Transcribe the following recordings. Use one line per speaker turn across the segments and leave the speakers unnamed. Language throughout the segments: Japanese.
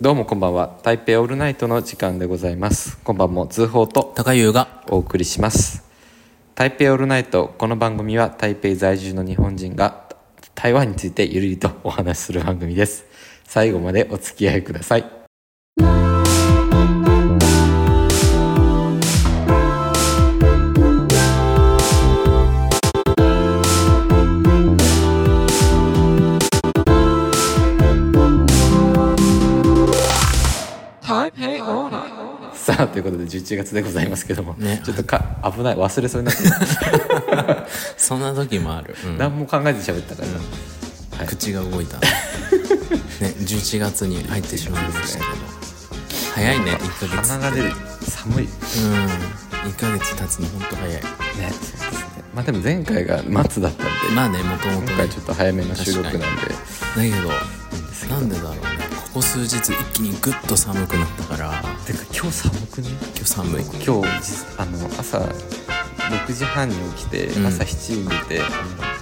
どうもこんばんは台北オールナイトの時間でございますこんばんも通報と
高優が
お送りします台北オールナイトこの番組は台北在住の日本人が台湾についてゆるりとお話しする番組です最後までお付き合いくださいさあということで11月でございますけども、
ね
ちょっとか危ない忘れそうになってた
そんな時もある、うん
何も考えず喋ったから、はい
口が動い たね11月に入ってしまいましたけど早いね1ヶ月
鼻が出る寒いね
うん1ヶ月経つのほんと早い
そうですねまあでも前回が末だったんで
まあねもとも
今
とね
回ちょっと早めの収録なんで
だけどなんでだろうねここ数日一気にグッと寒くなったから
てか今日寒くね
今日寒い
今日実あの朝6時半に起きて、
ん
朝7時に寝てあ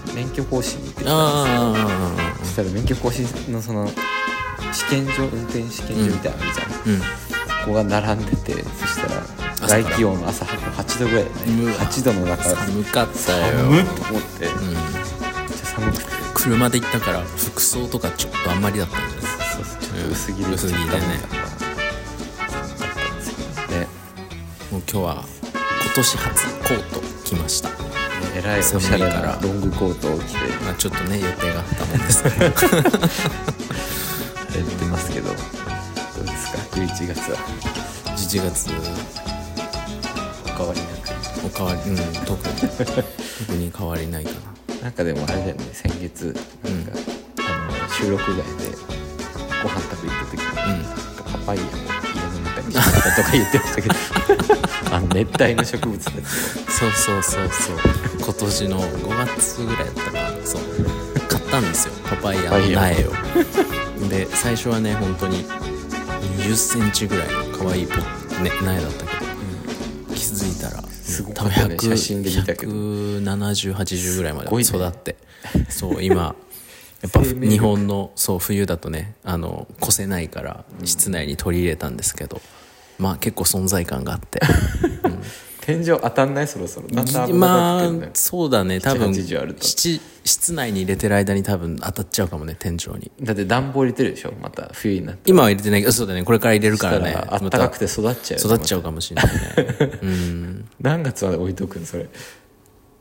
の免許更新に行ってきたんで
あ
すよそしたら免許更新のその試験場運転試験場みたいなのあるじゃん、
あうん
ここが並んでてそしたら
朝から
外気温朝8度ぐらいだね
うわ
8度の中寒っ
寒かったよ
と思って、
う
めっ
ん
ちゃ寒くて
車で行ったから服装とかちょっとあんまりだったんじゃないですか
そうそうちょっと薄着で
薄着でね
行っちゃったもんだから寒かったんですよね
もう今日は今年初コート着ました、ま
ねえらいおしゃれなロングコートを着て
あ、ちょっとね予定があったもんですから
やってますけどどうですか11月は
11月
お変わりな
お変わりうん特に特に変わりないかな
くなんかでもあれだよね先月なんか、あの収録外でご飯食べ行った時に、
うん
パパイヤを家の中にしまったとか言ってました けどあの熱帯の植物たち
そうそうそうそう今年の5月ぐらいだったかなそう買ったんですよパパイヤの苗をで最初はね本当に2 0ンチぐらいの可愛いポ、ね、苗だったけど、気づいたら
すご
多
かっ
分
たね
100
写真で見たけど
17080ぐらいます
ごいね
で育って、そう今やっぱ
生命力
日本のそう冬だとねあの越せないから室内に取り入れたんですけど、まあ結構存在感があって。
天井当たんないそろそろだんだん危な
ま
くな
あ
ってくるね、
そうだね多分
70あると
七室内に入れてる間に多分当たっちゃうかもね天井に
だって暖房入れてるでしょまた冬になって
今は入れてないけどそうだねこれから入れるからね
あったかくて育っちゃうよ
育っちゃうかもしれないねうん
何月まで置いとくんそれ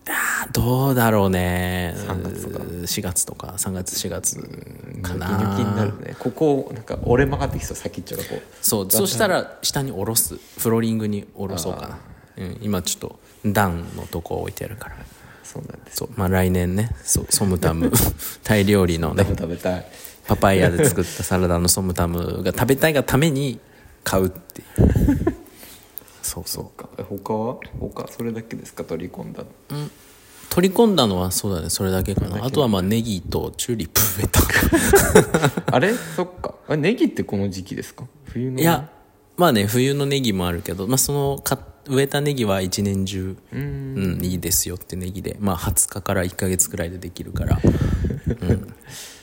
あどうだろうね
3月とか
4月とか3月4月か
気抜きにな
な
るねここなんか折れ曲がってきそう先っちょがこう
そうそしたら下に下ろすフローリングに下ろそうかな、うん、今ちょっと段のとこ置いてあるから
そうなんです
そうまあ来年ねそうソムタム タイ料理のね
でも食べたい
パパイヤで作ったサラダのソムタムが食べたいがために買うっていう そうそう
かえ他は他それだけですか取り込んだの
取り込んだのはそうだねそれだけかなあとはまあネギとチューリップ植えた
あれそっかあネギってこの時期ですか冬の
いやまあね冬のネギもあるけど、まあ、その買っ植えたネギは一年中うん、いいですよってネギで、まあ、20日から1ヶ月くらいでできるから、うん、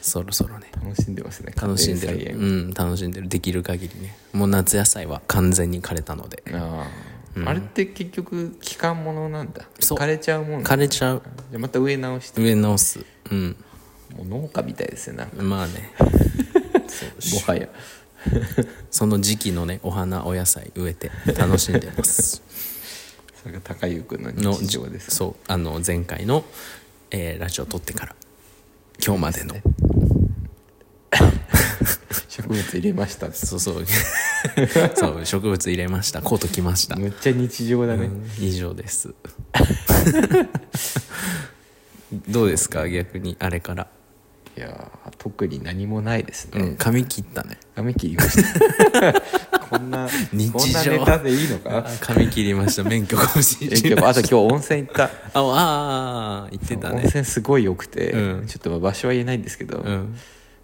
そろそろね
楽しんでますね
楽しんで
家庭菜
る、
園
うん、楽しんでるできる限りねもう夏野菜は完全に枯れたので
あーあれって結局期間ものなんだ
そう
枯れちゃうもんだ
枯れちゃう
じゃあまた植え直して
植え直すうん
もう農家みたいですよなも
まあねそう
はや
その時期のねお花お野菜植えて楽しんでます
それが高優君の
の
日常です
そうあの前回の、えーラジオ撮ってから今日までの
植物入れました
そうそう そう植物入れましたコート着ました、
むっちゃ日常だね、
以上です どうですか逆にあれから、
いやー特に何もないです
う
ね、
ん、髪切ったね
髪切りました こんな
日常
こんなネタでいいの
あ
か
髪切りました免許更新
えで
し
も
ま
あ
し
と今日温泉行った
たあああ言ってた
温
ね
泉すごい良くて、
うん
ちょっとまあ場所は言えないんですけど、
うん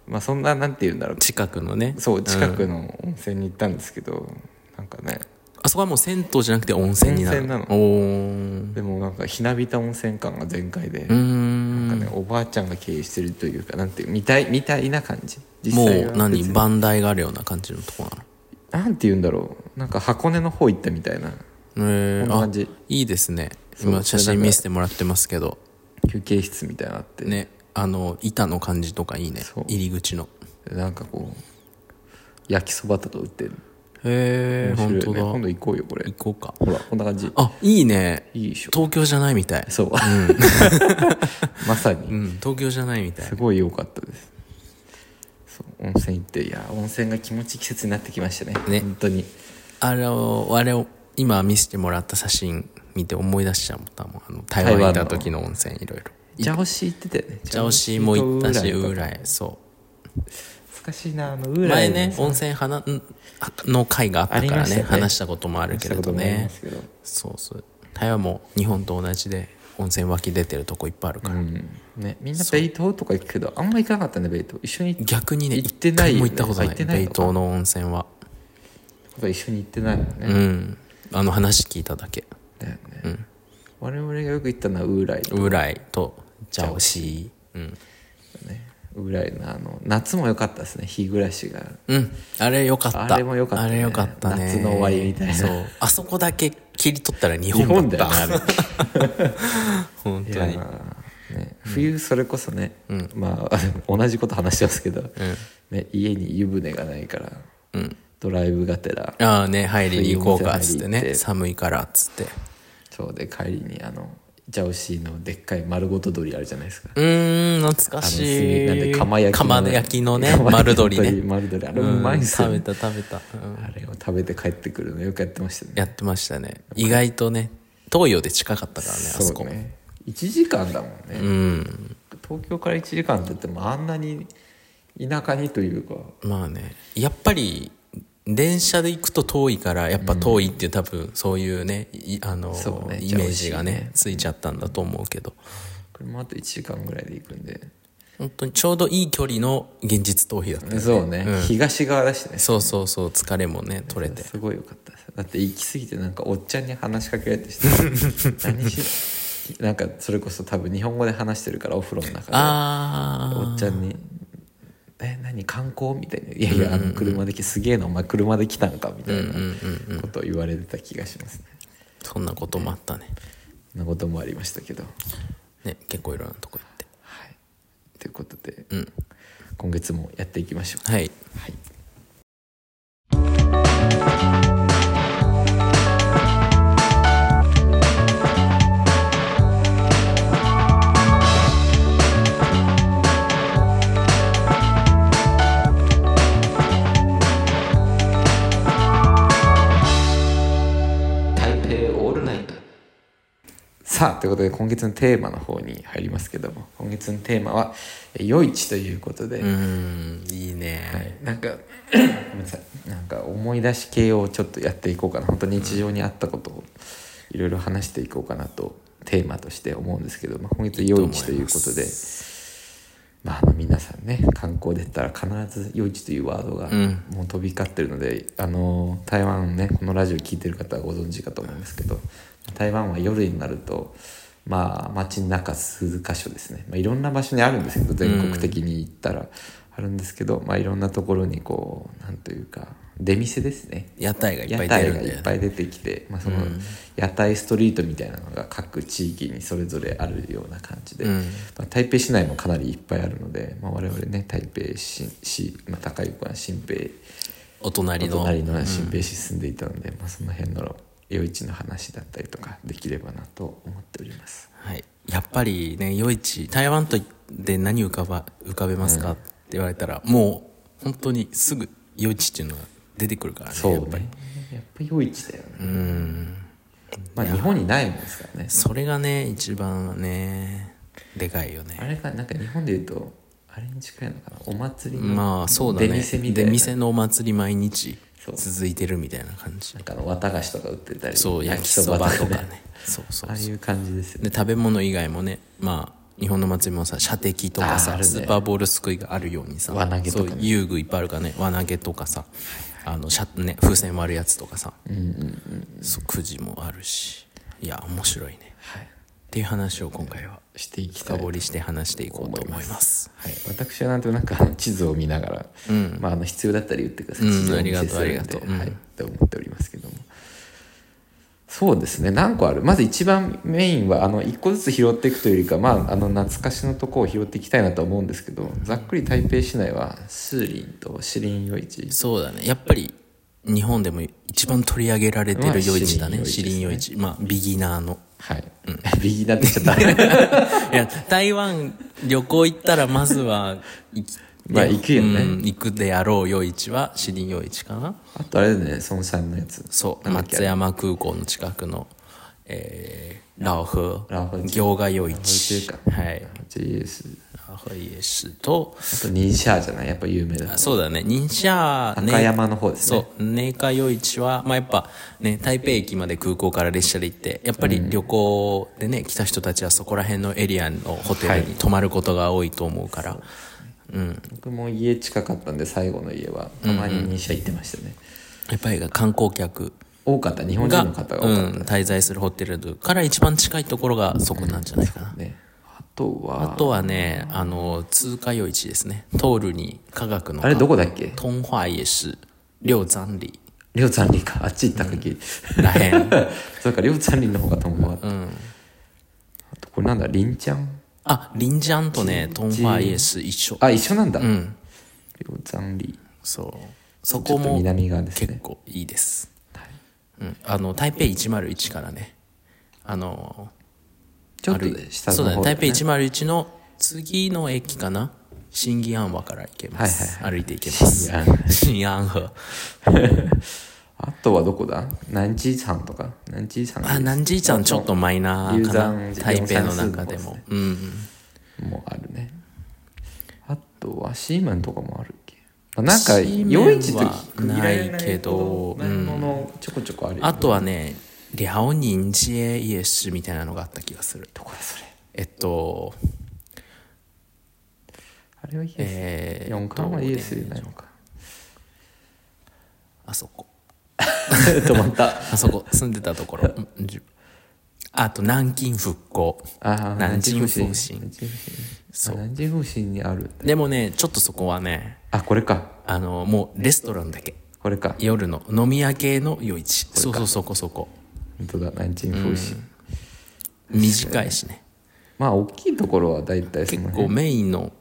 まあそんななんて言うんだろう
近くのね
そう近
ん
くの温泉に行ったんですけど、なんかね
あそこはもう銭湯じゃなくて温泉になる
温泉な
おー
でもなんかひなびた温泉感が全開で、
うー
なんんかね、おばあちゃんが経営してるというかなんていうみたいみたいな感じ
も
は別
う
に
何番台があるような感じのとこなの
なんて言うんだろうなんか箱根の方行ったみたいな
え
こんな感じ
ー、あいいですね
そう
今写真見せてもらってますけど
休憩室みたいなのあって、
ねあの板の感じとかいいね
そう
入り口の
なんかこう焼きそばとか売ってる
へえ
面白いよ
本当
ね
だ
今度行こうよこれ
行こうか
ほらこんな感じ
あいいね
いいでしょ
東京じゃないみたい
そう、まさに、
うん東京じゃないみたい
すごい良かったですそう温泉行っていや温泉が気持ちいい季節になってきましたね
ね
本当に
あれをあれを今見せてもらった写真見て思い出しちゃったもんあの台
台
湾行
湾
っ
の
た時の温泉いろいろ
ジャオシー行ってたよね
ジャオシーも行ったし
ジャオシーと
ウ
ウー
ー
ライ
ライそ
懐かしいなあのウ
う
ーラ
前
イ
ね温泉花んあの会があった
あり
か
ま
ら
し
ね
たね
話したこともあるけれどね
したこともありま
そうそう台湾も日本と同じで温泉湧き出てるとこいっぱいあるから、
うんね、みんなベイ島とか行くけどあんま行かなかったねベイ島一緒に行った
逆にね
行ってないよね
一回も行ったことな
行
い
ってないの
ベ
か
イ島の温泉は
こと一緒に行ってないもんね、
う
だよ
んあの話聞いただけ
ね、我々がよく行ったのはウーライと
ウーライとジャオシーうん、
かねウーライのあの夏も良かったですね日暮らしが
うん、あれよかった
あれも良かったね
あれ良かったね
夏の終わりみたいな
そうあそこだけ切り取ったら日
日
本
本
だ
だ
った
よねあれ
本
い
当
や
に
ーね、冬それこそね、まあ 同じこと話してますけど、ね、家に湯船がないから、ドライブがてら
ああね入りに行こうかっつって
冬に入りに行って
ね寒いからっつって
そうで帰りにあのジャオシーのでっかい丸ごと鳥あるじゃないですか。
うーん懐かしい
あの炭なんで釜焼きのね
釜焼きのね
釜焼きの
丸鶏ね
丸鶏あれうまいんすよね
うん食べた食べた、うん
あれを食べて帰ってくるのよくやってましたね。
やってましたね意外とね東洋で近かったからねあそ
そ
こ
うね。1時間だもんね、
うん
東京から1時間って言ってもあんなに田舎にというか
まあねやっぱり電車で行くと遠いからやっぱ遠いっていう多分そういうねいあの
そうね
イメージがねついちゃったんだと思うけど
車あと1時間ぐらいで行くんで、
本当にちょうどいい距離の現実逃避だったよね
そうね、東側だしね
そうそうそう疲れもね取れて
すごい良かったですだって行き過ぎてなんかおっちゃんに話しかけられてして 何しなんかそれこそ多分日本語で話してるからお風呂の中でお
あ
っちゃんに「え何観光?」みたいな「いやいやあの車で来すげえなお前車で来たんか」みたいなことを言われてた気がしますね。
あそんなこともあったね
そんなこともありましたけど。
ね結構いろんなとこ行って
はい、ということで、今月もやっていきましょう。
はい
はい
台北オールナイト
さあということで今月のテーマの方に入りますけども今月のテーマは「え夜市」ということで、
うーんいいね、
なんか ごめんなさいなんか思い出し系をちょっとやっていこうかな本当に日常にあったことをいろいろ話していこうかなとテーマとして思うんですけど、まあ、今月夜市ということでまああの皆さんね観光で言ったら必ず夜市というワードが
ん
もう飛び交ってるので、あの台湾ねこのラジオ聞いてる方はご存知かと思うんですけど台湾は夜になるとまあ街の中数か所ですね、まあ、いろんな場所にあるんですけど全国的に行ったらあるんですけど、まあいろんなところにこうなんというか出店ですね
屋台がいっ
屋
ぱ
台
い出るん
がい
だよ
っ
ね
ぱい出てきて、まあ、その屋台ストリートみたいなのが各地域にそれぞれあるような感じで、
うん
まあ、台北市内もかなりいっぱいあるので、まあ、我々ね台北市市、まあ、高いは新平
お隣の
お隣の新平市住んでいたので、まあ、その辺の夜市の話だったりとかできればなと思っております。
はい、やっぱりね夜市台湾とで何浮かば浮かべますかって言われたら、もう本当にすぐ夜市っていうのが出てくるからね
そう
やっぱり
ねやっぱ夜市だよねまあ日本にないもんですからね
それがね一番ねでかいよ
あ
ね
れかなんか日本でいうとあれに近いのかなお祭りの
まあそうだね
出店みたいな
出店のお祭り毎日
そう
続いてるみたいな感じ
なんかあの綿菓子とか売ってたり
そう焼きそばとかねそうそう
ああいう感じですよね
で食べ物以外もねまあ日本の祭りもさ射的とか
あー
さ、
あるね
スーパーボールすくいがあるようにさ
輪投げとかね
そう遊具いっぱいあるからね輪投げとかさあのシャ、ね、風船割るやつとかさ、そうくじもあるしいや面白いね
はい
っていう話を今回は
していきた
深
い
掘りして話していこうと思います。
はい、私はなんとなくあの地図を見ながら、
うん
まあ、あの必要だったら言ってください、
うん
地図を
ありがとう
見せするんで
ありがとううん
はい、と思っておりますけどもそうですね何個あるまず一番メインはあの一個ずつ拾っていくというよりか、まあ、あの懐かしのとこを拾っていきたいなと思うんですけどざっくり台北市内はスーリンとシリン夜市
そうだねやっぱり日本でも一番取り上げられてる夜市だ
ま
ね
あ
シ
シ
リ
リ
ン
ン
夜
夜
市まあビギナーの
はい、 ビギナーって言っちゃった
いや台湾旅行行ったらまずは行き
まあ行くよね
うん行くであろう夜市はシリン夜市かな
あとあれだよね孫さんのやつ
そう
なんだっけ
松山空港の近くのえー、ラオフ
ラオフ
行が夜
街
市
か
はい
あ JS
ラオフ夜市と
あとニーシャーじゃないやっぱ有名だ
あそうだね忍者ね
高山の方ですね
そう、寧夏夜市は、まあ、やっぱね、台北駅まで空港から列車で行って、やっぱり旅行でね、来た人たちはそこら辺のエリアのホテルに泊まることが多いと思うから、うん。
僕も家近かったんで最後の家はたまに2社行ってましたね、
やっぱり観光客
多かった日本人
が、
の方が多かっ
うん、滞在するホテルから一番近いところがそこなんじゃないかな。
たね、あとは
あとはね、あの、通貨夜市ですね。トールに科学の
あれどこだっけ
通化夜市、両山里
りょうちゃんりかあっち行ったかき、
らへん。
そうかりょうちゃんりの方が友達、あとこれなんだりんちゃん
あ、リンジャンとね、トンファイエス一緒。
あ一緒なんだ、
う
り
ん。
ょうちゃんり
そう。そ
ちょ
こ
っと
も
南側です
結
ね
構いいです。うん。あの、台北101からね、あの、
ちょっと
歩い
下の
そう
方
だね、
だ
台
ね
北101の次の駅かな新義安和から行けます。
はい
歩いて行けます。新安和。
あとはどこだ南知さんとか南知さん
あ、南じいちゃんちょっとマイナーかな
龍山
台北の中でも。うんうん。
もあるねあとはシーマンとかもあるっけあなんか
シーマンは
夜市と区切られな
な
いい
け
け
ど
どないものちょこちょこあるよ
あとはね、リャオニンジエイエスみたいなのがあった気がする。
どこだそれ
えっと、
あれはいいです、
えー、
4巻はいいですよないのか
あそこ
止まった
あそこ住んでたところうんじゅあと南京復興
ああ
南京風神
南京風神
そう
あ南京風神にある
でもねちょっとそこはね
あこれか
あのもうレストランだけ
これか
夜の飲み屋系の夜市そうそうそこそこ
本当だ南京風神、
短いしね
まあ大きいところは大体その
結
辺
構メインの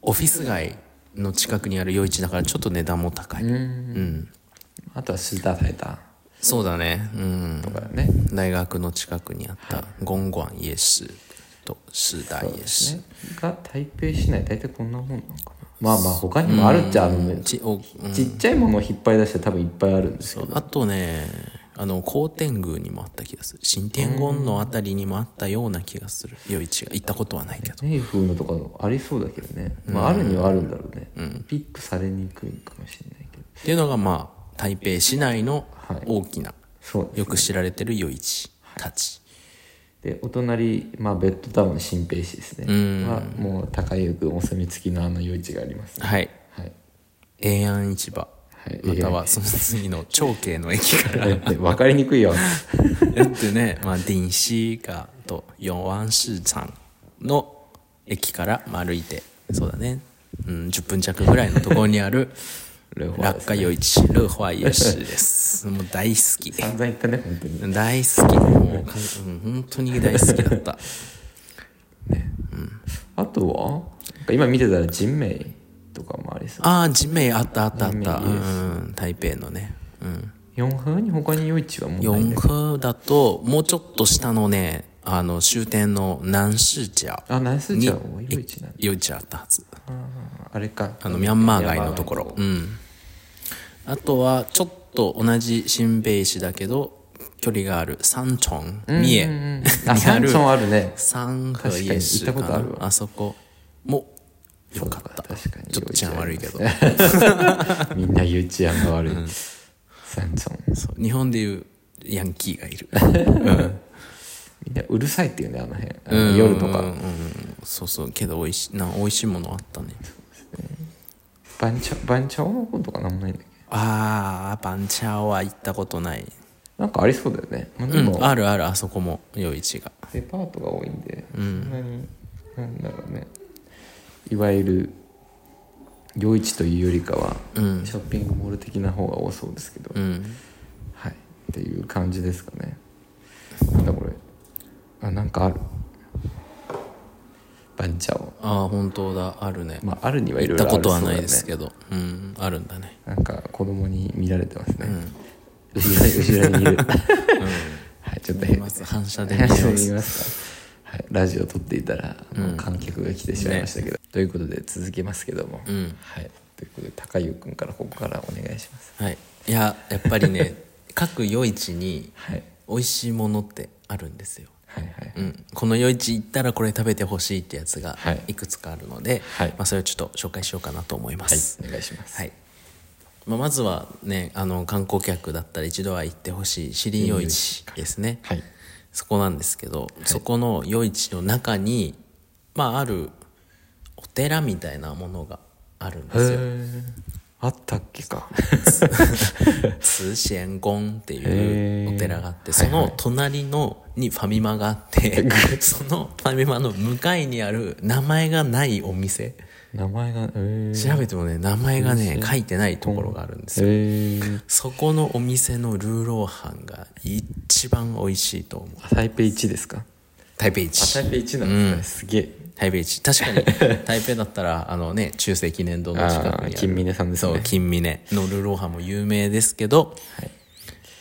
オフィス街の近くにある夜市だからちょっと値段も高いうん
あとはスータータイタ
そうだねうん
とかだね、
大学の近くにあったゴンゴンイエスとスーダイエス
ねが台北市内大体こんなもんなのかなまあまあ他にもあるっちゃあるね
ちお
ちっちゃいものを引っ張り出して多分いっぱいあるんですけど
あとねあの高天宮にもあった気がする新天宮のあたりにもあったような気がする夜市が行ったことはないけど
ね風のとかありそうだけどね、まあ、あるにはあるんだろうね、ピックされにくいかもしれないけど
っていうのがまあ台北市内の
はい
大きな、
そう
よく知られてる夜市たち、
でお隣、まあ、ベッドタウン新平市ですね、はもう高湯区お墨付きのあの夜市がありますね
はい
はい、
永安市場
はい、
またはその次の長慶の駅から
分かりにくいよ
やってね、まあ、林市がと四安市場の駅からまあ歩いてそうだね、うん、10分弱ぐらいのところにある
ルフォア
落
です
下夜市、ルーファイエ市です。もう大好き。
散々言ったね本当に
大好き。もうか、うん、本当に大好きだった。
あとはなんか今見てたら人名とかもありそう
ああ、ジメイあったあったあった。うん、台北のね。うん。
四風に他に夜市はもうない
四風だと、もうちょっと下のね、あの、終点の南市茶。
あナイスじゃん夜市なんだ
夜市あったはず。
ああれか
あの、ミャンマー街のところ。うん。あとは、ちょっと同じ新北市だけど、距離がある、三重、三重 にあ
あ
る。
サンソンあるね
三和
確か
イ
に
エ
行
ス
っ
か
た
な
ことあるわ
あそこも よかった
確かに
ちょっと治安悪いけど、
みんなユーチアンが悪い、サンソン
そう日本でいうヤンキーがいる
みんなうるさいっていうねあの辺あの 夜と
うんう
か
んそうそうけど美味しいな美味しいものあったね
番茶番茶の方とかなんもないんだっけ
ああバンチャオは行ったことない
なんかありそうだよね、まあ、で
う
も、
んあるあるあそこも夜市が
デパートが多いんで、そんなになんだろうねいわゆる夜市というよりかは、
うん
ショッピングモール的な方が多そうですけど、
うん
はいっていう感じですかねなんだこれあなんかあるバンチャオ
ああ本当だあるね
まああるにはい
行
ろい
っ
ろ
た
あ
こ
る
と
そう
は
だ
ない
ね
ですけどうんあるんだね
なんか子供に見られてますね、
うん
後ろに後ろにい るはいちょっと
見
変
ます反射で見え
話して
ま
み
す
ますか、はい、ラジオ撮っていたら、あの観客が来てしまいましたけど、ということで続けますけども、
うん
はい、ということで高優君からここからお願いします
はいいややっぱり ね各夜市に
はい
美味しいものってあるんですよ
はいはい、
うん、この夜市行ったらこれ食べてほしいってやつが
はい
いくつかあるので、
はい
まあ、それをちょっと紹介しようかなと思いま
はい
す、
お願いします、
はいまあ、まずはねあの観光客だったら一度は行ってほしいシリン夜市ですね、
はい
そこなんですけど、そこの夜市の中に、まあ、あるお寺みたいなものがあるんですよ
あったっけか
通ン宮ってい
へ
う
ー
お寺があってその隣のにファミマがあ って、そのファミマの向かいにある名前がないお店
名前がえー、
調べてもね名前がね書いてないところがあるんですよ
えー、
そこのお店のルーローハンが一番美味しいと思う
あ台北1ですか
台北
あ台
一
北1なんですね、すげえ
台北一確 かに台北だったらあのね中世記念堂の近くにあ
あー
る
金峰さんですね
そう金峰のルーローハンも有名ですけど、
はい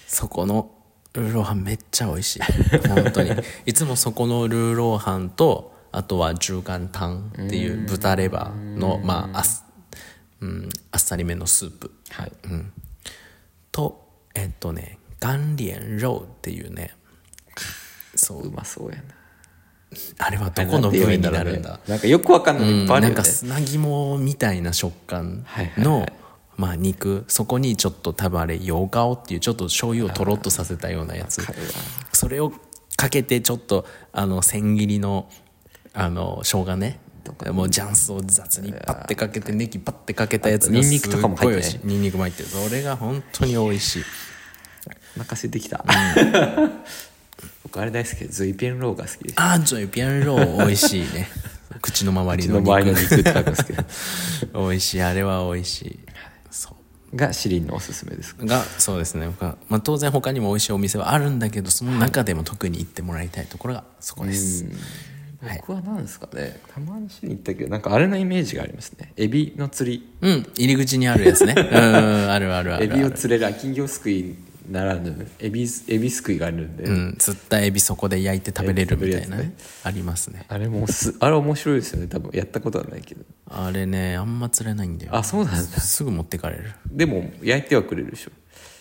そこのルーローハンめっちゃ美味 しい本当にいつもそこのルーローハンとあとは中間タンっていう豚レバーのまああっ,、うん、あっさりめのスープ
はい、
とえっとね岩蓮肉っていうねそうう
まそうやな
あれはどこの部位になるんだ
なんかよくわかんないのいっぱいある
な
よ
ん
ね
か砂肝みたいな食感
はいはい
の、まあ、肉そこにちょっと多分あれよガオっていうちょっと醤油をとろっとさせたようなやつ
かるわ
それをかけてちょっとあの千切りのあの生姜ねもうジャンスを雑にパッてかけてネギパッてかけたやつが
あとニンニクとかも入ってない
すっごい美味しいニンニクも入ってるそれが本当に美味しい
お腹空いてきた、 僕あれ大好きですズイピンローが好きです
あージョイピアンロー美味しい ね口の周り
口
の
の
肉
周りの肉って書くんですけど
美味しいあれは美味しいそ う
がシリンのおすすめです
がそうですね、他まあ、当然他にも美味しいお店はあるんだけどその中でも特に行ってもらいたいところがそこです、はい
僕は何ですかねたまにシリン行ったけどなんかあれのイメージがありますねエビの釣り
うん、入り口にある やつねうんあるあるあるある
エビを釣れる秋魚すくいならぬエビエビすくいがあるんで、
うん、釣ったエビそこで焼いて食べれるみたいな、
エビ食べる
ね
や
ありますね
あれもすあれ面白いですよね多分やったことはないけど
あれねあんま釣れないんだよ
あそうなんだ
すぐ持ってかれる
でも焼いてはくれるでしょ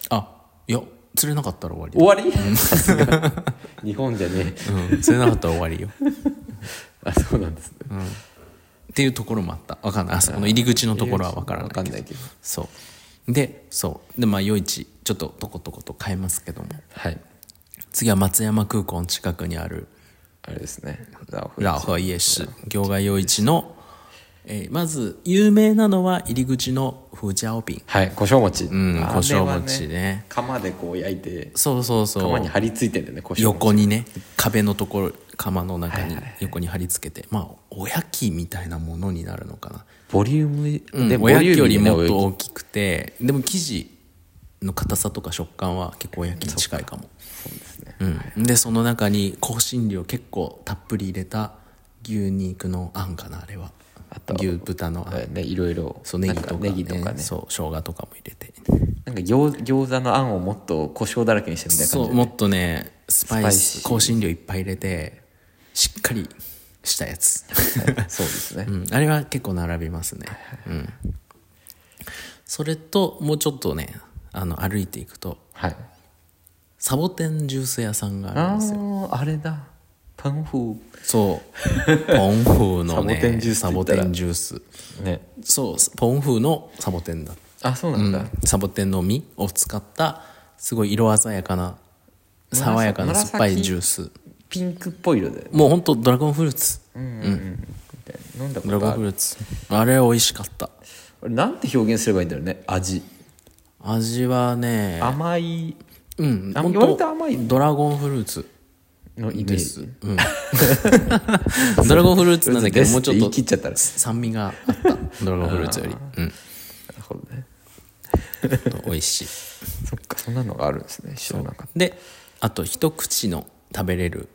あいや釣れなかったら終わり
終わりさすが日本じゃね え
うん、釣れなかったら終わりよ
あそうなんですね、
っていうところもあったわかんないあそこの入り口のところはわからない
わかんないけど
そうでそうでまあ夜市ちょっととことこと変えますけども
はい
次は松山空港の近くにある
あれですねラオフ
ラオフイエス行外夜市の、えーまず有名なのは入り口のフジャオビン
はい胡椒餅
うん
あれは
胡椒餅ね
釜でこう焼いて
そうそうそう
釜に張り付いてるんだよね胡椒餅
横にね壁のところ釜の中に
はいはい
横に貼り付けて、まあおやきみたいなものになるのかな、
ボリュー
う
ム
ん
で
おやきよりもっ
ボリューミー
と
なおや
大きくてでも生地の硬さとか食感は結構おやきに近いかも
きそうですね
うん、でその中に香辛料結構たっぷり入れた牛肉のあんかなあれは
あと
牛豚のあん、
あねいろいろ
そうネギとか
なん
ね
ネギとかね
そう生姜とかも入れて
なんか餃餃子のあんをもっと胡椒だらけにしてみたいな感
そ
じ
う
で
もっとねスパ
スパ
イス
イシー
香辛料いっぱい入れてしっかりしたやつ、
はいそうですね
うん、あれは結構並びますね、うん、それともうちょっとねあの歩いていくと
はい
サボテンジュース屋さんがある
あ
んですよ
ーあれだパンフ
そうポンフーのね
サボテンジュースって
サ
言
ボ
ったら
テンジュース
ーね
そうポンフーのサボテンだ、
あそうなんだ、
サボテンの実を使ったすごい色鮮やかな爽やかな酸っぱいジュース
ピンクっぽい色で
もうほんとドラゴンフルーツ
うんうんうんみたいな飲んだこ
ドラ
と
ゴン
あ
フ
る
ルーツあれ美味しかった
あれなんて表現すればいいんだろうね味
味はね
甘い
うん
あ
ほんと
割と甘い
ドラゴンフルーツ
のイメ
で
ージ
す、うん、ドラゴンフルーツなんだけどもうちょっ
言
と
い切っちゃったら
酸味があったドラゴンフルーツよりうん
なるほどね
と美味しい
そっかそんなのがあるんですね知らなかっ
であと一口の食べれる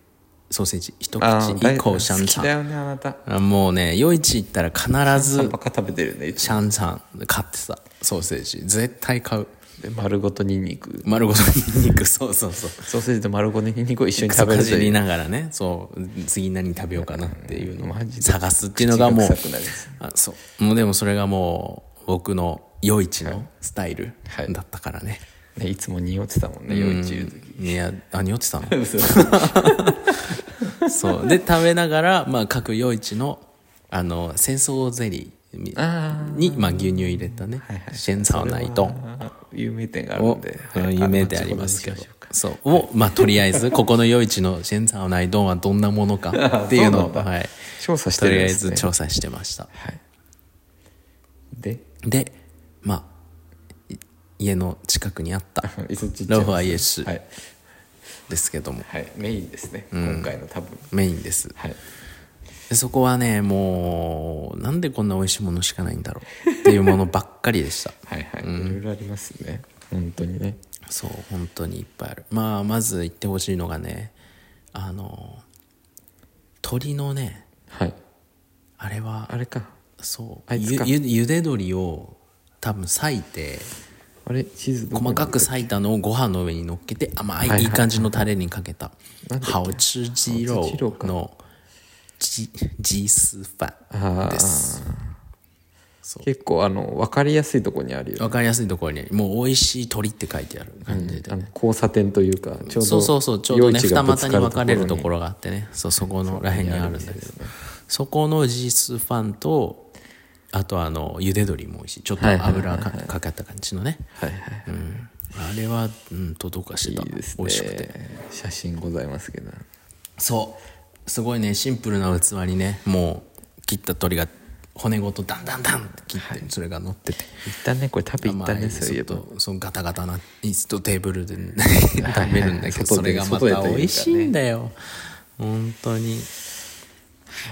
ソーセージ一口
たあー大
以降シャン
好きだ
サ
よねあなた
ンもうね夜市行ったら必
パン
ず
パカ食べてるねいつ
シャンサン買ってたソーセージ絶対買う
もで丸ごとニンニク
丸ごとニンニクそうそうそう
ソーセージと丸ごとニンニクを一緒に
食
食べ
べ
る
じ
とい
り
う
ながらねそう次何食べようかなっていうのを
マジで
探すっていうのがもう
口が臭くなるんです
あそうもうでもそれがもう僕の夜市のスタイル
はい
だったからね、
ねいつも匂ってたもんね
うん
夜市いる時
いやあ 匂ってたのそうで食べながら、まあ、各夜市のあの戦争ゼリーに
あ
にまあ、牛乳入れたね、シェンサーナイト
あー有名店がある
を
んで
うん有名でありますけど
後ほどにししょうか
そうを、まあ、とりあえずここの夜市のシェンサーナイドンはどんなものかっていうの
そう
を、
なんだ
はい、
調査して
と
るん
りあえ
です
ず
ね
調査してました
はいで
でまあい家の近くにあった
いつちっちゃい
ロファイエス
はい
ですけども
はいメインですね今回の多分
メインです
はい
でそこはねもうなんでこんな美味しいものしかないんだろうっていうものばっかりでした
はいはいいろいろありますね本当にね
そう本当にいっぱいあるまあまず言ってほしいのがねあの鶏のね
はい
あれは
あれか
そう
あいつ
ゆ
か
ゆゆで鶏を多分裂いて
あれチーズどこに
細かく裂いたのをご飯の上に乗っけて甘
はいい
いい感じのタレにかけた
なんだっけ
ハオチュジ
ハオチュジロ
ロ
ー
ー
か
のジジースフ
あ
ァ
ー
ですそう
結構あの分かりやすいとこにあるよね
わかりやすいところにもう美味しい鳥って書いてある感じで、
あの交差点というかちょうど
そうそうそうちょうど
夜
ね
市が
二
ぶつ
股
か
に分かれる
と
と
こ
ころがあってねそうそこのらへんにあるんだけどそこのジースファンとあとあのゆで鶏も美味しいちょっと油かかかった感じのね
はいはい
うんあれは、うん、とどかしてた
いいですね
美味しくて
写真ございますけど
そうすごいねシンプルな器にねもう切った鳥が骨ごとダンダンダンって切って、それが乗ってて
一旦ねこれ食べ行った
ま
ね
あ
そういえば
ちょっとそうガタガタな椅子とテーブルで、ね食べるんだけどそ
外
れ
で
がま
外で
た
というかね
美味しいんだよ本当に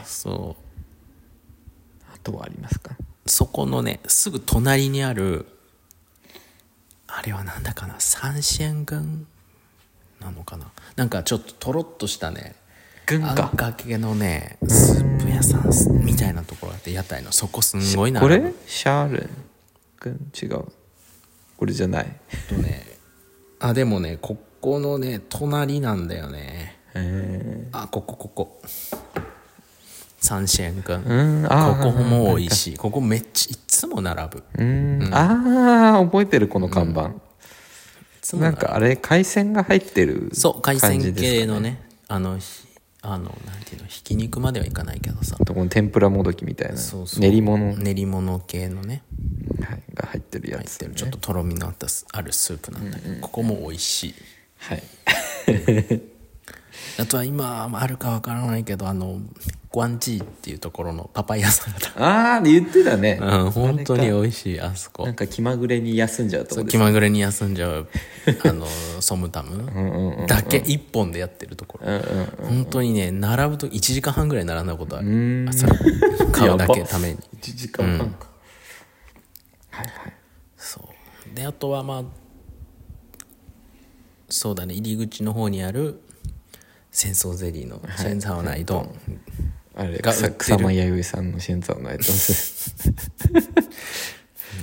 そう
あとはありますか
そこのねすぐ隣にあるあれはなんだかな三線軍なのかななんかちょっととろっとしたね
軍
あん
か
かけのねスープ屋さんみたいなところがあって屋台のそこすんごいな
これシャーレン軍違うこれじゃない
えっとねあでもねここのね隣なんだよね
え
あここここサンシェン君
ーうーんあー
ここも美味しいここめっちゃいつも並ぶいう
ーんあー覚えてるこの看板
つも
な
並
ん
ぶ
かあれ海鮮が入ってる
そう海
感じ
鮮
です
系
か
のねあのひあのなんていうのひき肉まではいかないけどさ
とこの天ぷらもどきみたいな
そうそう
練り物、はい、
練り物系のね
が入ってるや
入っ
つ
てるちょっととろみのあったスあるスープなんだけど、ここも美味しい
はい
あとは今あるかわからないけどあのグアンジーっていうところのパパイヤサラ
ああ言ってたね
ダうん本当に美味しいあそこ
なんか気まぐれに休んじゃうとこです
気まぐれに休んじゃうあのソムタムだけ一本でやってるところ、本当にね並ぶと1時間半ぐらい並んだことあるあそれ買うだけために
1時間半か、はいはい
そうであとはまあそうだね入り口の方にある戦争ゼリーのシェンサーナイドン、
あれ
が売
草
ってる
草間彌生さんの新座のやつ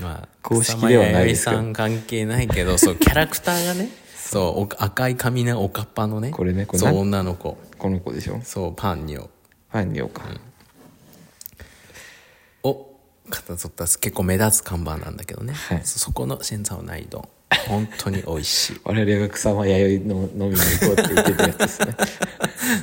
まあ、
公式ではないですけ
草
ど
間彌生さん関係ないけどそうキャラクター がねそうお赤い髪のおかっぱのね
これねこれ
そ
なん
う女の子
この子でしょ
そうパンニョ
ファンにようか、
を形取った結構目立つ看板なんだけどね、
はい
そそこのシェンサオナイド本当に美味し い
我々が草間彌生の飲みに行こうって言ってたやつ ですね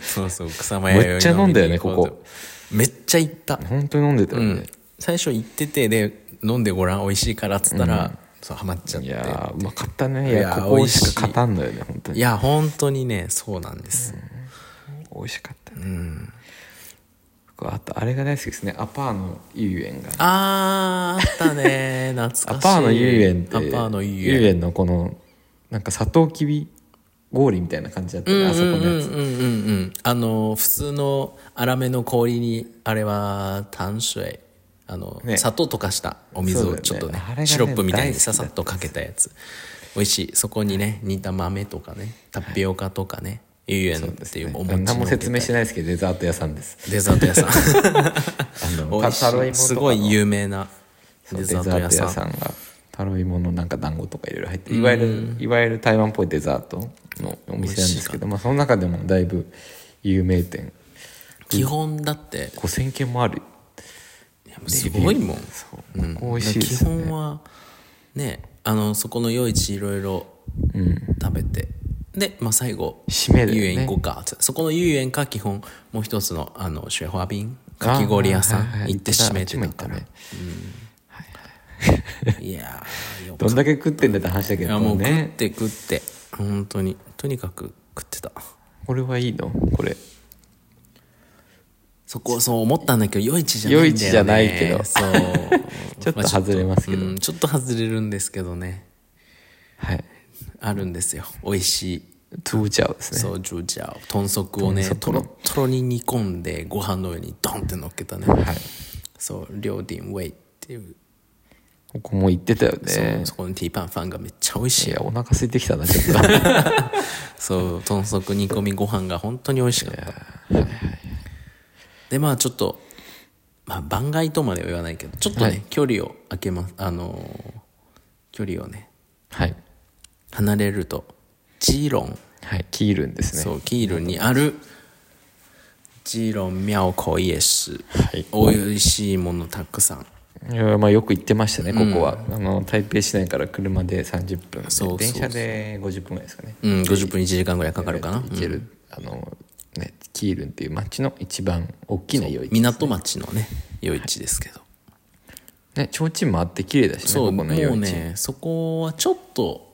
そうそう草間弥生
めっちゃ飲んだよね
みに行うと
こ
めっちゃ行った、
本当に飲んでたよ
う
ね、
ん、最初行っててで飲んでごらん美味しいからっつったら、そうハマっちゃっ
い
て
やーうまかったねいや
いやー
ここ
美味
し
しい
か勝たんのよね本当
い
に
や本当にねそうなんです、
美味しかったね、僕あとあれが大好きですねアパーの遊園が
あーあったね懐かし い
アパーの遊園って
アパーの遊園
遊園のこのなんかサトウキビ氷みたいな感じだったよね、あそこのやつ
うんうんうんうんあの普通の粗めの氷にあれは淡水あの、
ね
砂糖溶かしたお水をちょっと
そうだ
ね
よねあれがね
シロップみたい
大好
に
きだった
ささっとかけたやつ美味しいそこにね煮た豆とかねタピオカとかね、ゆうえんっていうお餅
何も
の
説明しないですけどデザート屋さんです
デザート屋さ ん
あの
美味し
タロイモ
い
とかの
すごい有名な
そう
デ
デザー
ザート
ト
屋
屋
さん
さんがタロイモのなんか団子とかいろいろ入っていわゆるいわゆる台湾っぽいデザートのお店なんですけど、まあ、その中でもだいぶ有名店
基本だって
5,000軒もある
やっぱすごいもん
そう
うん
美味しいですよ
基本
ね
はねあのそこの夜市いろいろ
うん
食べてで、まあ、最後
締めだよね
遊園行こうかってそこの遊園か基本もう一つのあのシェファービンかき氷屋さ
あーはい
ん
はい
行って締めてたから
あっちも行っ
いやーよか
ど
っ
んだけ食ってんだって話だけ
たい
ど
やもう食っ
ね
て食って本当にとにかく食ってた
これはいいのこれ
そこそう思ったんだけど夜市じゃないんだよ、ね、
夜市じゃないけど
そ う
ちょっと外れますけど
まあちょっとうんちょっと外れるんですけどね
はい
あるんですよ美味しい
トゥーチャオですね
そうジュージャオ豚足をね
豚
と
足
ろ
の
とろに煮込んでご飯の上にドンって乗っけたね、そうリョーディンウェイっていう、
ここも行ってたよね
そうそこのティーパンファンがめっちゃ美味し
い
い
やお腹空いてきたなち ょっと
そう豚足煮込みご飯が本当に美味しかったでまあちょっと、まあ、番外とまでは言わないけどちょっとね、
はい
距離を空けますあのー距離をね
はい
離れるとジーロン
はいキールンですね
そうキールにあるジーロン妙高イエス、
はい
おいしいものたくさん
いやまあよく行ってましたねここは、あの台北市内から車で30分
そうそう
電車で50分ぐらいですかね
うん50分1時間ぐらいかかるかな、
行ける、あのねキールンっていう町の一番大きな夜市
港町のね夜市ですけど、
ね提灯もあって綺麗だしね
そう
ここの夜
もう
市、
ねそこはちょっと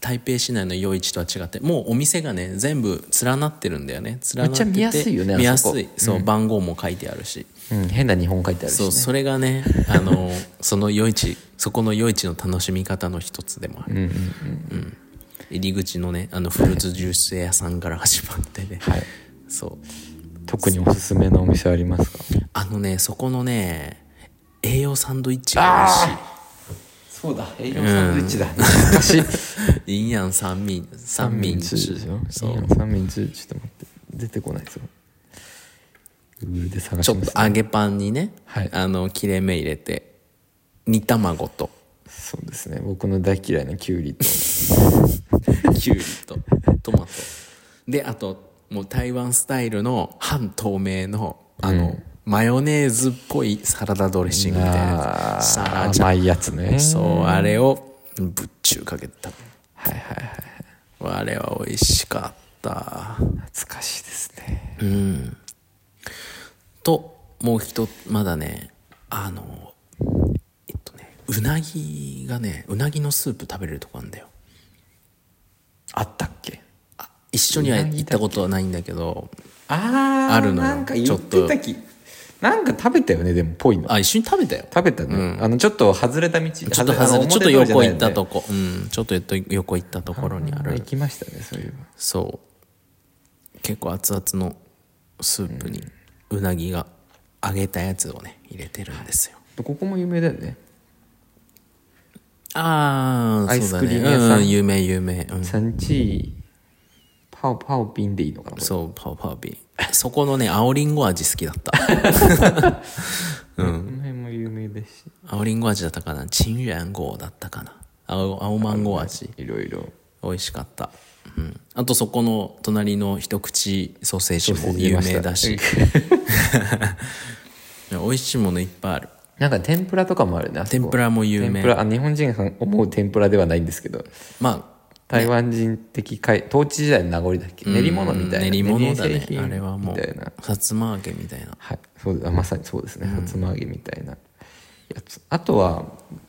台北市内の夜市とは違ってもうお店がね全部連なってるんだよね連なってて
めっちゃ見やすいよねあそこ
見やすいそう、番号も書いてあるし
うん、変な日本書いてあるし、
そ
ね、
うそれがねあのその夜市そこの夜市の楽しみ方の一つでもある、うん入り口のねあのフルーツジュース屋さんから始まってね、
はい
そう
特におすすめのお店ありますか
あのねそこのね栄養サンドイッチが美味しい
そうだ栄養サンドイッチだ、懐かしい
陰陽三民三民
で
中
しょ
そう
いいよ三民中ちょっと待って出てこないぞ Google で探
ち
し
ょっ
ます
と揚げパンにね、
はい
あの切れ目入れて煮 卵と
そうですね僕の大嫌いなキュウリ と
きゅうりとトマトであともう台湾スタイルの半透明のあの、マヨネーズっぽいサラダドレッシングみたいなや
あ
つサ
ー
ラジャ
甘いやつね
そうあれをぶっちゅうかけて食
はいはいはい
べるあれは美味しかった
懐かしいですね
ともう一つまだねあのえっとねうなぎがねうなぎのスープ食べれるとこあるんだよ
あったっけ
あ一緒には行ったことはないんだけど
あー
あるのよ
なんか言ってたきなんか食べたよねでもぽいの
あ一緒に食べたよ
食べたね、あのちょっと外れた道
ちょっと
あ
外
の
れちょっ
表通
と
りじゃ
横
ないよ
行っ
ね
たとこ、うん、ちょっと横行ったところにあ
あ行
る
きましたねそういう
そう結構熱々のスープにうなぎが揚げたやつをね入れてるんですよ
ここも有名だよね
ああ
アイ
そう
ス
だ
ク
ね
リーム屋さん
うん有名有名、うん、
サンチーパオパオピンでいいのかなこれ
そうパオパオビンそこのね青りんご味好きだった
この辺も有名ですし
青りんご味だったかなチンユンゴだったかな青青マンゴー味
いろいろ
美味しかった、うん、あとそこの隣の一口ソーセージも有名 だし美味しいものいっぱいある
なんか天ぷらとかもあるねあそこ
天ぷらも有名
天ぷらあ日本人が思う天ぷらではないんですけど
まあ
台湾人的かい統治時代の名残だっけ練り物みたいな
練り物だ
練
ね
製品
あれはも
みたいな
うさつま揚げみたいな
はいそうだまさにそうですねさつま揚げみたいなやつ、あとは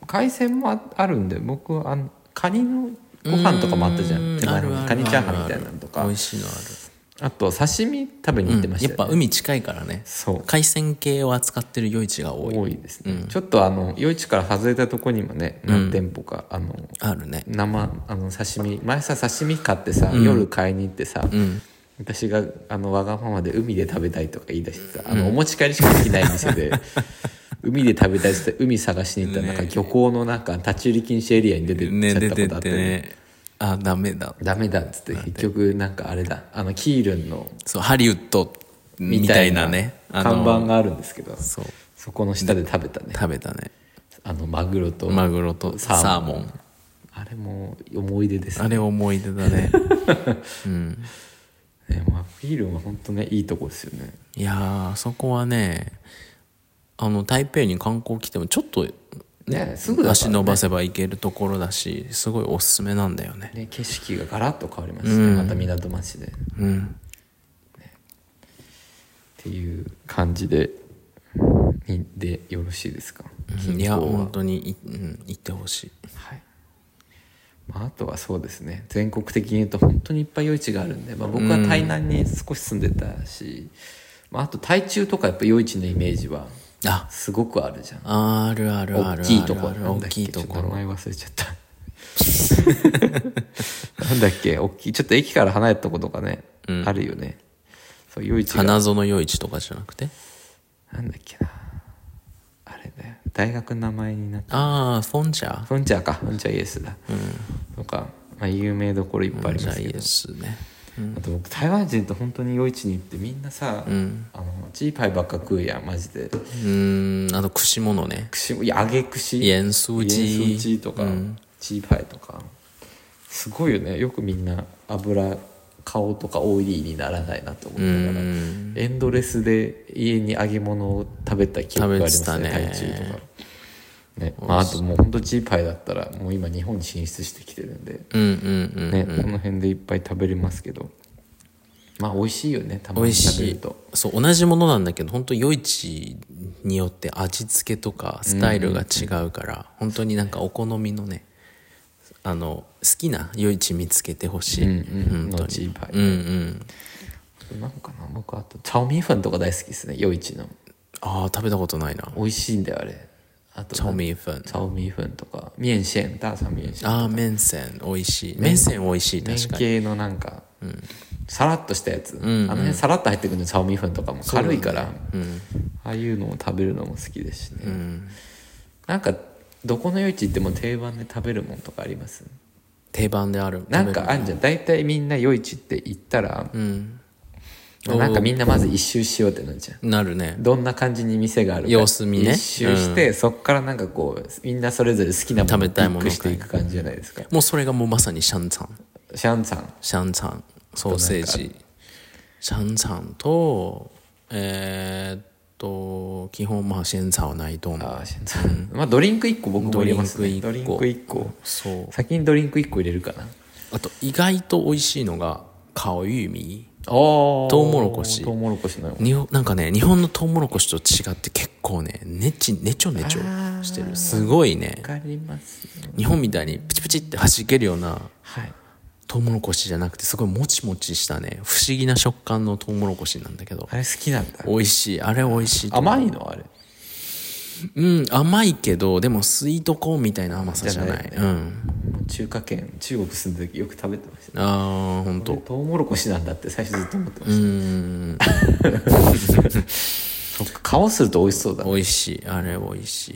海鮮もああるんで僕はあのカニのご飯とかもあったじゃん
うん
手前の
あるある
カニチャーハンみたいなのとか
美味しいのある
あと刺身食べに行ってました
や
よ
っ
ね、
ぱ海近いからね
そう
海鮮系を扱ってる夜市が多い
多いですね、ちょっとあの夜市から外れたとこにもね何店舗か、あの
あるね
生あの刺身前さ刺身買ってさ、夜買いに行ってさ、私があのわがままで海で食べたいとか言い出してさ、あのお持ち帰りしかできない店で 海で食べたいっつって海探しに行ったら、なんか漁港のなんか立ち入り禁止エリアに出てっ
ね
ちゃっ
出
た
て
こ
っ
とあってて、
ねあダメだ
ダメだっつって結局なんかあれだあのキールンの
そうハリウッドみたいなねあの
看板があるんですけど
そう
そこの下で食べたね
食べたね
あのマグロと
マグロと
サーモン
サーモン
あれも思い出です
あ
ね
れ思い出だ ねうん
ねまあフィールは本当ねいいとこですよね
いやーあそこはねあの台北に観光来てもちょっと
ねすぐだか
足
ら
伸ばせば行けるところだしすごいおすすめなんだよね
ね景色がガラッと変わりましたねまた港町でっ
うん
ていう感じでにでよろしいですか
いや本当にい、うん、行ってほしい
はい、まあ、あとはそうですね全国的に言うと本当にいっぱい夜市があるんで、まあ、僕は台南に少し住んでたし、まあ、あと台中とかやっぱ夜市のイメージは
あ
すごくあるじゃん
あるあるあるある
大きいとこ
ある
なんだ
大
っけ
きい
ちょ
と
っと
こ
名
ろ
前忘れちゃった なんだっけ大きいちょっと駅から離れたとことかね、あるよねそう夜市が
花園夜市とかじゃなくて
なんだっけなあれだよ大学の名前になった
ああフォンチャ
フンチャーかフンチャーイエスだ、とか、まあ、有名どころいっぱいあり
じ
ま
ゃあ
す
い
け
い
ど
ですね
あと僕台湾人って本当に夜市に行ってみんなさ、あのチーパイばっか食うやんマジで
うーんあと串物ね
串もいや揚げ串
塩素
塩
チ
素チーとか、チーパイとかすごいよねよくみんな油顔とかオイリーにならないなと思ったから、エンドレスで家に揚げ物を食べた記憶がありますね
食べ
台
てた
中
ね
とか。ねまあ、あともうほんとチーパイだったらもう今日本に進出してきてるんで、
うんうんうん
ねこの辺でいっぱい食べれますけどまあ美味しいよねたま
美
に
味
食べ
し
る
い
と
そう同じものなんだけど本当夜市によって味付けとかスタイルが違うから、本当になんかお好みのねあの好きな夜市見つけてほしい、
うんうん
本当
の
に
チーパイ、
うんうん
なんかな僕あとチャオミーフンとか大好きですね夜市の
ああ食べたことないな
美味しいんだよあれあと
チャオミーフン
チャオミーフンとかミエンシェンダーサンミエンシェン
ああ麺線美味しい麺線美味しい
麺
確かに
系のなんか、さらっとしたやつ、あの辺さらっと入ってくるのチャオミーフンとかも軽いから、ああいうのを食べるのも好きですしね、なんかどこの夜市行っても定番で食べるもんとかあります
定番である
なんかあんじゃん大体みんな夜市って行ったら、なんかみんなまず一周しようってなるじゃん
なるね
どんな感じに店があるか
様子見ね
一周して、そっからなんかこうみんなそれぞれ好きなも
食
の
べ
をピ
たいも
ッ
の
クしていく感じじゃないですか
もうそれがもうまさにシャンツァン
シャンさん
シャンツァンソーセージシャンツァンとえーっと基本まあシェンツァオナイトン
あーシャンさん、まあドリンク1個僕も入れますね
ド
ド
リ
リ
ン
ン
ク一個
ク一個
そう
先にドリンク1個入れるかな
あと意外と美味しいのがカオユーミ
お
トウモロコシ
トウモロコシの
日本なんかね日本のトウモロコシと違って結構ねねちねちょねちょしてるすごいね
わかりますよ
日本みたいにプチプチって弾けるような
はい
トウモロコシじゃなくてすごいもちもちしたね不思議な食感のトウモロコシなんだけど
あれ好きなんだ
美味しいあれ美味しいと思う
甘いのあれ
うん甘いけどでもスイートコーンみたいな甘さじゃない
じ
うん
もう中華圏中国住んだ時よく食べてました
ああ本当
これトウモロコシなんだって最初ずっと思ってました、そっか顔すると美味しそうだ
美味しいあれ美味しい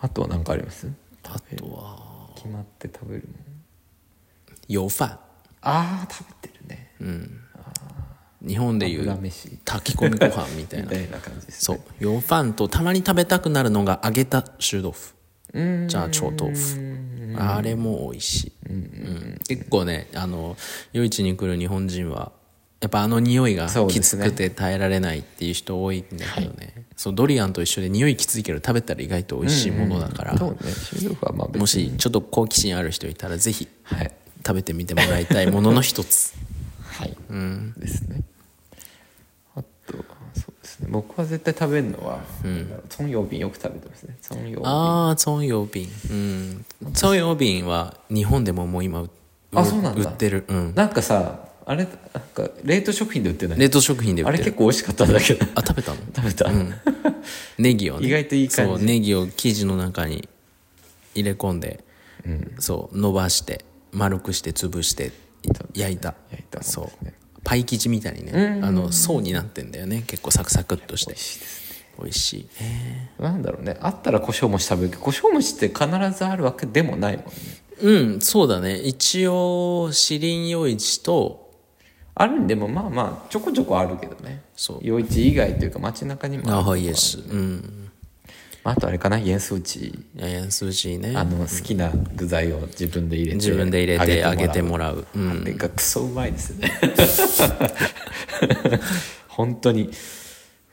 あとは何かあります
あとは
決まって食べるもん
ヨファ
ああ食べてるね
日本でいう
油飯み
炊き込みご飯みたいな
たいな感じです
そうヨファンとたまに食べたくなるのが揚げた臭豆腐じゃあ超豆腐あれも美味しい、うん結構ねあの夜市に来る日本人はやっぱあの匂いが
そう
き
で
つ
すね
くて耐えられないっていう人多いんだけどねそう,、ドリアンと一緒で匂いきついけど食べたら意外と美味しいものだから、
そうね収録はまあ別に
もしちょっと好奇心ある人いたらぜひ
はい
食べてみてもらいたいものの一つ
はい、ですねあとそうですね僕は絶対食べるのは、ソンヨービンよく食べてますねソンヨービン
ああソンヨービンうんソンヨービンは日本でももう今売
あそうなんだ
売ってるうん
なんかさあれなんか冷凍食品で売ってない
冷凍食品で売
あ
って
れ
る
結構美味しかったんだけど
あ食べたの
食べた、
ネギを、ね、
意外といい感じ
そうネギを生地の中に入れ込んで、そう伸ばして丸くして潰して焼いた
焼いたもんです
そ
ね
うパイ生地みたいにねあの層になってんだよね結構サクサクっとして美味しいね
なんだろうねあったら胡椒餅食べるけど胡椒餅って必ずあるわけでもないもんね
うんそうだね一応シリンヨイチと
あるんでもまあまあちょこちょこあるけどね
そう
夜市以外というか街中にも
ナ
ある
ハイエスうん
あとあれかな塩素チ
ヤヤンスージー
あ
ね
の好きな具材を自分で入れて
自分で入れてあげて
も
もらうう
らうんあれがクソうまい ですね本当に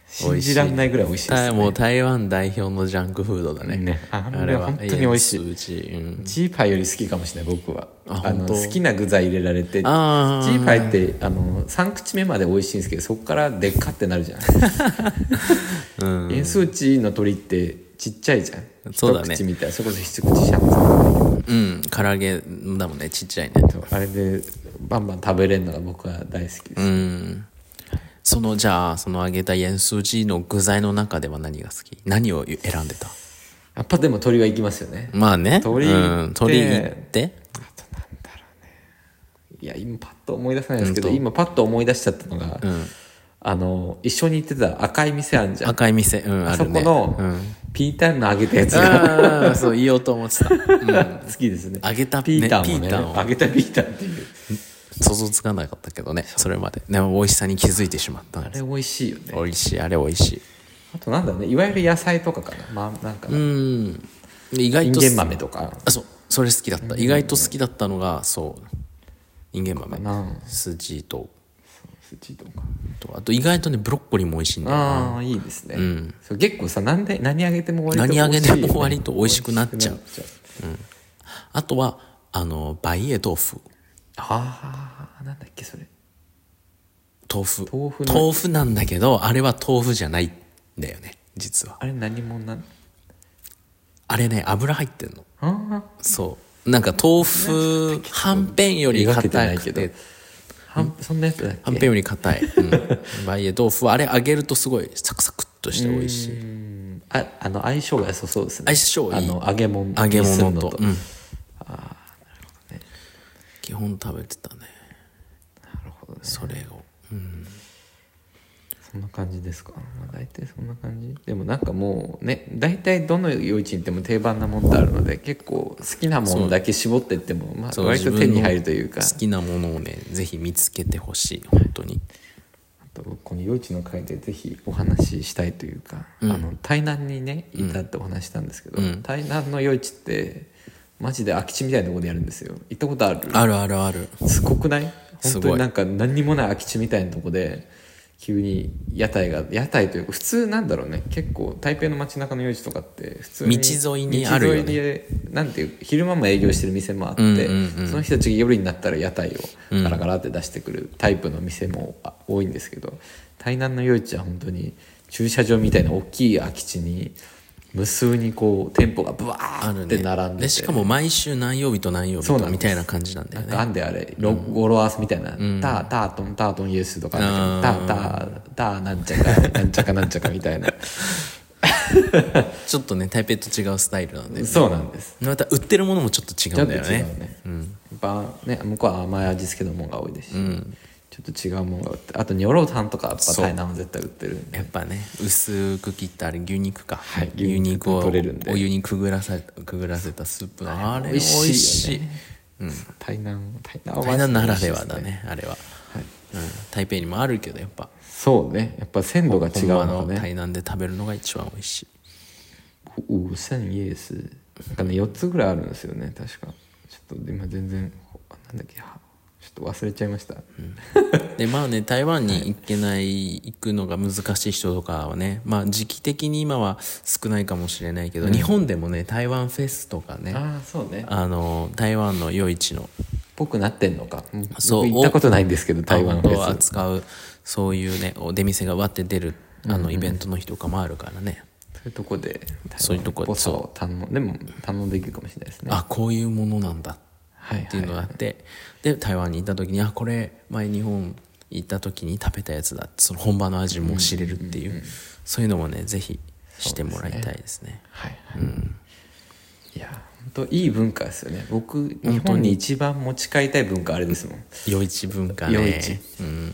信じらんないぐらい美味しいです
たもう台湾代表のジャンクフードだね
ねあれは本当に美味しい
や数値うん
ジーパイより好きかもしれない僕は
あ
あ
本
の
当
好きな具材入れられてジ
あー
ーパイってあの3口目まで美味しいんですけどそこからでっかってなるじゃ ん塩数値の鳥ってちっちゃいじゃん
そうだね
一口みたいなそれこそ一口シャンプー
うん唐揚げだもんねちっちゃいね
あれでバンバン食べれるのが僕は大好きです、
うんそのじゃあその揚げた塩数字の具材の中では何が好き何を選んでた
やっぱでも鳥は行きますよね、
まあね
鳥行って
うん、鳥行って
いや今パッと思い出せないですけど今パッと思い出しちゃったのが、あの一緒に行ってた赤い店あんじゃん
赤い店うんあ
あそ
るね
この
うん、
ピータンの揚げたやつが
ああそう言おうと思ってた、うん、
好きですね。
揚げた
ピータンもね、
ねピータンを
揚げたピータンっていう。
想像つかなかったけどねそれまででも美味しさに気づいてしまったん
あ
で
れ
す
美味しいよね。
美味しいあれ美味しい
あとなんだろうね、いわゆる野菜とかかな。まあなんか、
うん意外
イン
と
ゲン豆とか。
あそうそれ好きだった意外と好きだったのがそうインゲン豆
なん
スジと
スチーとか。
とあと意外とねブロッコリーも美味しいんだよな
ああ、いいですね。そう結構さ、なんで何揚げても割と
何
美
揚
味
げ
しいよ
て
ね、
も割と美味しくなっちゃう
美味しくなっちゃう
あとはあのバイエ豆腐
ああ、なんだっけそれ。
豆腐
豆腐の
豆腐なんだけどあれは豆腐じゃないんだよね実は
あれ何もなん。
あれね油入ってんの
あ
そうなんか豆腐はんぺんより
描けてな
硬
い
く
け
て
どあ、はんそんなやつだっ
は
け。
んぺんより硬い、 うん、バイエ豆腐はあれ揚げるとすごいサクサクっとして美味しい
うんあ、あの相性が良さそうですね。
相性いい
あの揚げ物
揚げ
にする
物
の
と、うん、ああなるほどね基本食べてたね
なるほどね。
それを、うん、
そんな感じですか、まあ、大体そんな感じでもなんかもうね大体どの夜市に行っても定番なもんってあるので結構好きなものだけ絞っていっても、まあ、
そう
割と手に入るというか
好きなものをねぜひ見つけてほしい本当に
あとこの夜市の会でぜひお話ししたいというか、あの台南にねいたってお話したんですけど、
うん
台南の夜市ってマジで空き地みたいなところでやるんですよ行ったことある
あるあるある
すごくない
す
本
ごい
当になんか何にもない空き地みたいなとこで急に屋台が屋台というか普通なんだろうね結構台北の街中の夜市とかって普通
道沿いにあるよね
道沿いでなんていう昼間も営業してる店もあって、
うんうんうん
その人たちが夜になったら屋台をガラガラって出してくるタイプの店もあ多いんですけど台南の夜市は本当に駐車場みたいな大きい空き地に無数にこう店舗がブワ
あ
ー
る
っ
ね
て並んでて、
でしかも毎週何曜日と何曜日
そう
と
なんです
みたいな感じなんだよ
なん
ね
かあんであれ、ロゴロアスみたいな、タータートンタートンイエスとかあったけどターターターなんちゃかなんちゃかなんちゃかみた いな
ちょっとね台北と違うスタイルなんで
そうなんです
また売ってるものもちょっと違
ちょ
う
っ
ん
と
だ
違
よ
う
ね
ねやっぱね向こうは甘い味付けのもんが多いですし、ちょっと違うもんが売ってあとニョロタンとかやっぱ
そう
台南は絶対売ってるんで
やっぱね薄く切ったあれ牛肉か、
い
牛肉を
牛肉取れるんで
お湯にくぐらせくぐらせたスープあれ
美
美味
味しいよね
しい
台南台南は
台南ならでは
美味しい
だ
す
ねあれは、うん、台北にもあるけどやっぱ
そうねやっぱ鮮度が違う
本場
の
の
がね
台南で食べるのが一番美味しい
五千イエスなんかね4つぐらいあるんですよね確かちょっと今全然なんだっけはちょっと忘れちゃいました、
でまあね台湾に行けない行くのが難しい人とかはねまあ時期的に今は少ないかもしれないけど、日本でもね台湾フェスとかねあ
ああそうね
の台湾の夜市の
ぽくなってんのかうん
そう
僕行ったことないんですけど台湾フ
を
ェス
扱うそういうねお出店がわって出るあのイベントの日とかもあるからね、
そういうとこで
そういうとこ
台湾のぽさを堪能でも堪能できるかもしれないですね
あこういうものなんだっ
はい
っていうのがあって、で台湾に行った時にあこれ前日本行った時に食べたやつだってその本場の味も知れるっていう,、そういうのもねぜひしてもらいたいですね
はいはい、いや本当いい文化ですよね僕日本に一番持ち帰りたい文化あれですもん
夜市文化ね
夜市
うん、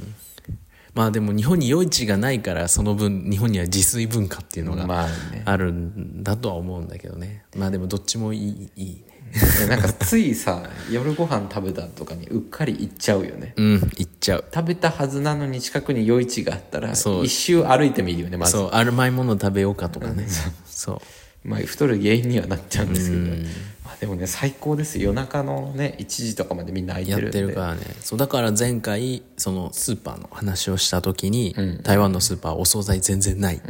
まあでも日本に夜市がないからその分日本には自炊文化っていうのが
まあね
あるんだとは思うんだけどねまあでもどっちもいいいいね
えなんかついさ夜ご飯食べたとかにうっかり行っちゃうよね
うん行っちゃう
食べたはずなのに近くに夜市があったら
そう
一周歩いてもいいよねまず、
そうあるまいもの食べようかとかねそう
まあ、太る原因にはなっちゃうんですけど、まあ、でもね最高ですよ夜中のね1時とかまでみんな空いて
やっ
るんで
てるからねそうだから前回そのスーパーの話をした時に、台湾のスーパーはお惣菜全然ないって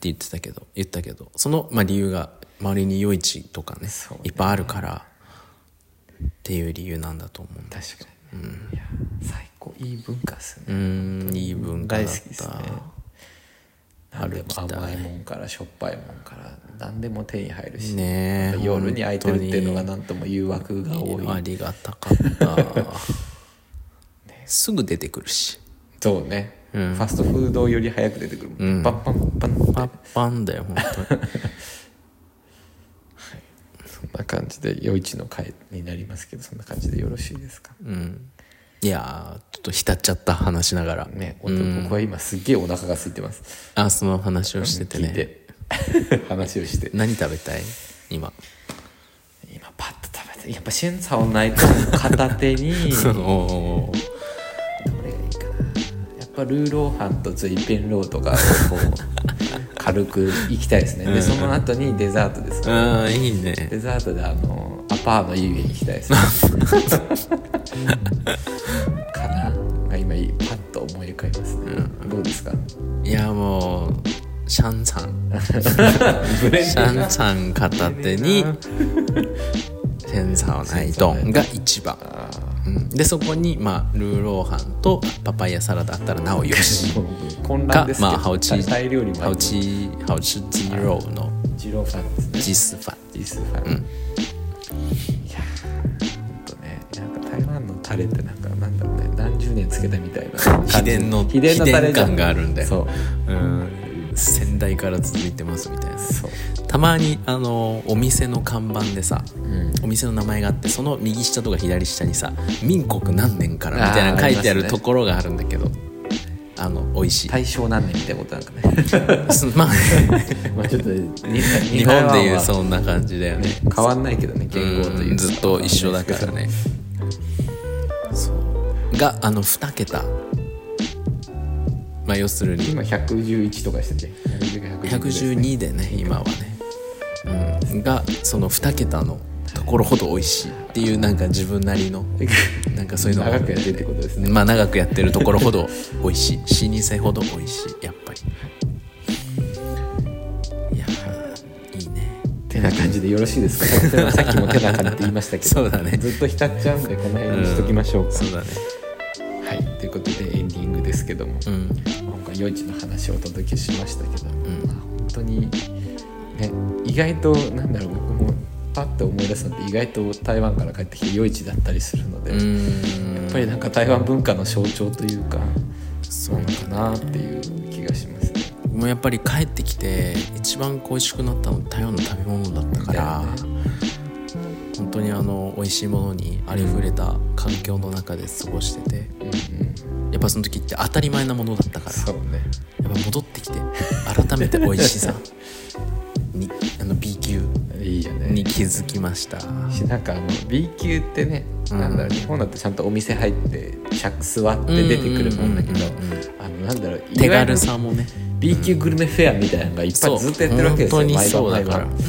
言ってたけど言ったけどその、まあ、理由が周りに夜市とかね
そうね
いっぱいあるからっていう理由なんだと思うんだ
確かに、いや最高いい文化っすね、
うーんいい文化だ
大
っ
好きです
た、
ねなんでも甘いもんからしょっぱいもんから何でも手に入るし、
ねえ
夜に空いてるっていうのが
本
何とも誘惑が
当
多
に
い
ありがた かった、すぐ出てくるし
そうね、ファストフードより早く出てくるもん、パッパンパンって
パンパンだよ本当に
そんな感じで夜市の会になりますけどそんな感じでよろしいですか、
うんいやーちょっと浸っちゃった話しながら
ねお僕は今すっげえお腹が空いてます
あその話をしてて
聞い
ね
て話をして
何食べたい今
今パッと食べてやっぱシェンサーをないと片手に
おーおーおー
どれがいいかなやっぱルーローハンとズイペンローとかをこ う軽くいきたいですねでその後にデザートですね
あーいいね
デザートであのアパーの湯気に行きたいですね かなが今いいパッと思い浮かびますね、どうですか
いやもうシャンツァンシャンツァン片手にシェンサーナイドンが一番、うん、でそこに、まあ、ルーローハンとパパイヤサラダあったらなおよし
混乱
か
ですけ
ま
ど、
あハオチ
タイ料理も
ハオチハオチ鸡肉の
ジローファンですね
ジスファ
ジスファン、いやーほんとねなんか台湾のタレってなんかなんだろうね何十年つけたみたいな感じ
秘伝の
秘伝のタレじゃ
秘伝感があるんだよ
そう
うん先代から続いてますみたいな
そう
たまにあのお店の看板でさ、
ん
お店の名前があってその右下とか左下にさ「民国何年から」みたいな
あ
の
ー
書いてある
あります
と
ね
ころがあるんだけどあの美味しい
大正何年みたいなことなんかね
す ま あね
まあちょっとに
日
日
本で
本
いう
は
そんな感じだよね
変わんないけどね言語といううん
ずっと一緒だからねそうがあの2桁まあ要するに
今111とかしてて110
112でね今はね、うん、がその2桁のところほど美味しいっていうなんか自分な りのなんかそういうのが
長くやってるってことですね
まあ長くやってるところほど美味しい老舗ほど美味しいやっぱりいやーいいね
てな感じでよろしいですか さっきも手な感じって言いましたけど
そうだね
ずっと浸っちゃうんでこの辺にしときましょうか、
そうだね
はいということでエンディングですけども、
うん
今回夜市の話をお届けしましたけど、まあ本当にね意外となんだろう僕もパッと思い出すのって意外と台湾から帰ってきて夜市だったりするので、
う
や
ん
っぱりなんか台湾文化の象徴というかそうなのかなっていう気がしますね。
もうやっぱり帰ってきて一番恋しくなったのって台湾の食べ物だったから、本当にあの美味しいものにありふれた環境の中で過ごしてて
うんうん、
やっぱその時って当たり前なものだったから
そうね
やっぱ戻ってきて改めて美味し さにあの B 級
いいよね
に気づきました
しなんかあの B 級ってね、なんだろう日本だとちゃんとお店入ってシャ座って出てくるもんだけど
うんうんうん
あのなんだろうい
手
わゆ
軽
る
さもね
B 級グルメフェアみたいなのがいっぱ
そ
いうずっとやってるわけですよ、
本当にそうだ
毎晩
から
毎晩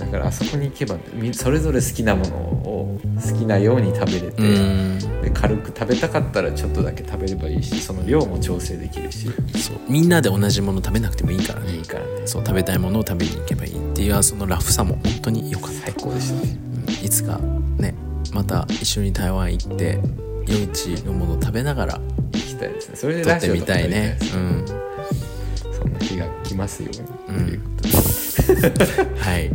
だからあそこに行けばみそれぞれ好きなものを好きなように食べれて、
うん
で軽く食べたかったらちょっとだけ食べればいいしその量も調整できるし
そうみんなで同じもの食べなくてもいいからね
いいからね
そう食べたいものを食べに行けばいいっていうそのラフさも本当に良かった
最高でしたね
いつかねまた一緒に台湾行って夜市のものを食べながら
行きたいですねそれで
撮
ラ
っ
ジ
て
オ
み
とか
たいね
撮り
う
た
ん
いですそんな日が来ますように、ということで
はい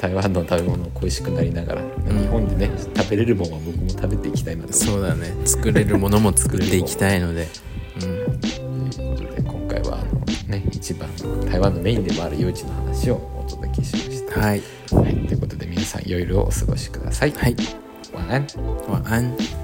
台湾の食べ物を恋しくなりながら、
ん
日本でね食べれるもんは僕も食べていきたいなと
そうだね作れるものも作っていきたいので、うん、
思うということで今回はあの、ね、一番台湾のメインでもある夜市の話をお届けしました。
はい
はい、ということで皆さんいろいろお過ごしください。
はい
晚安。
晚安。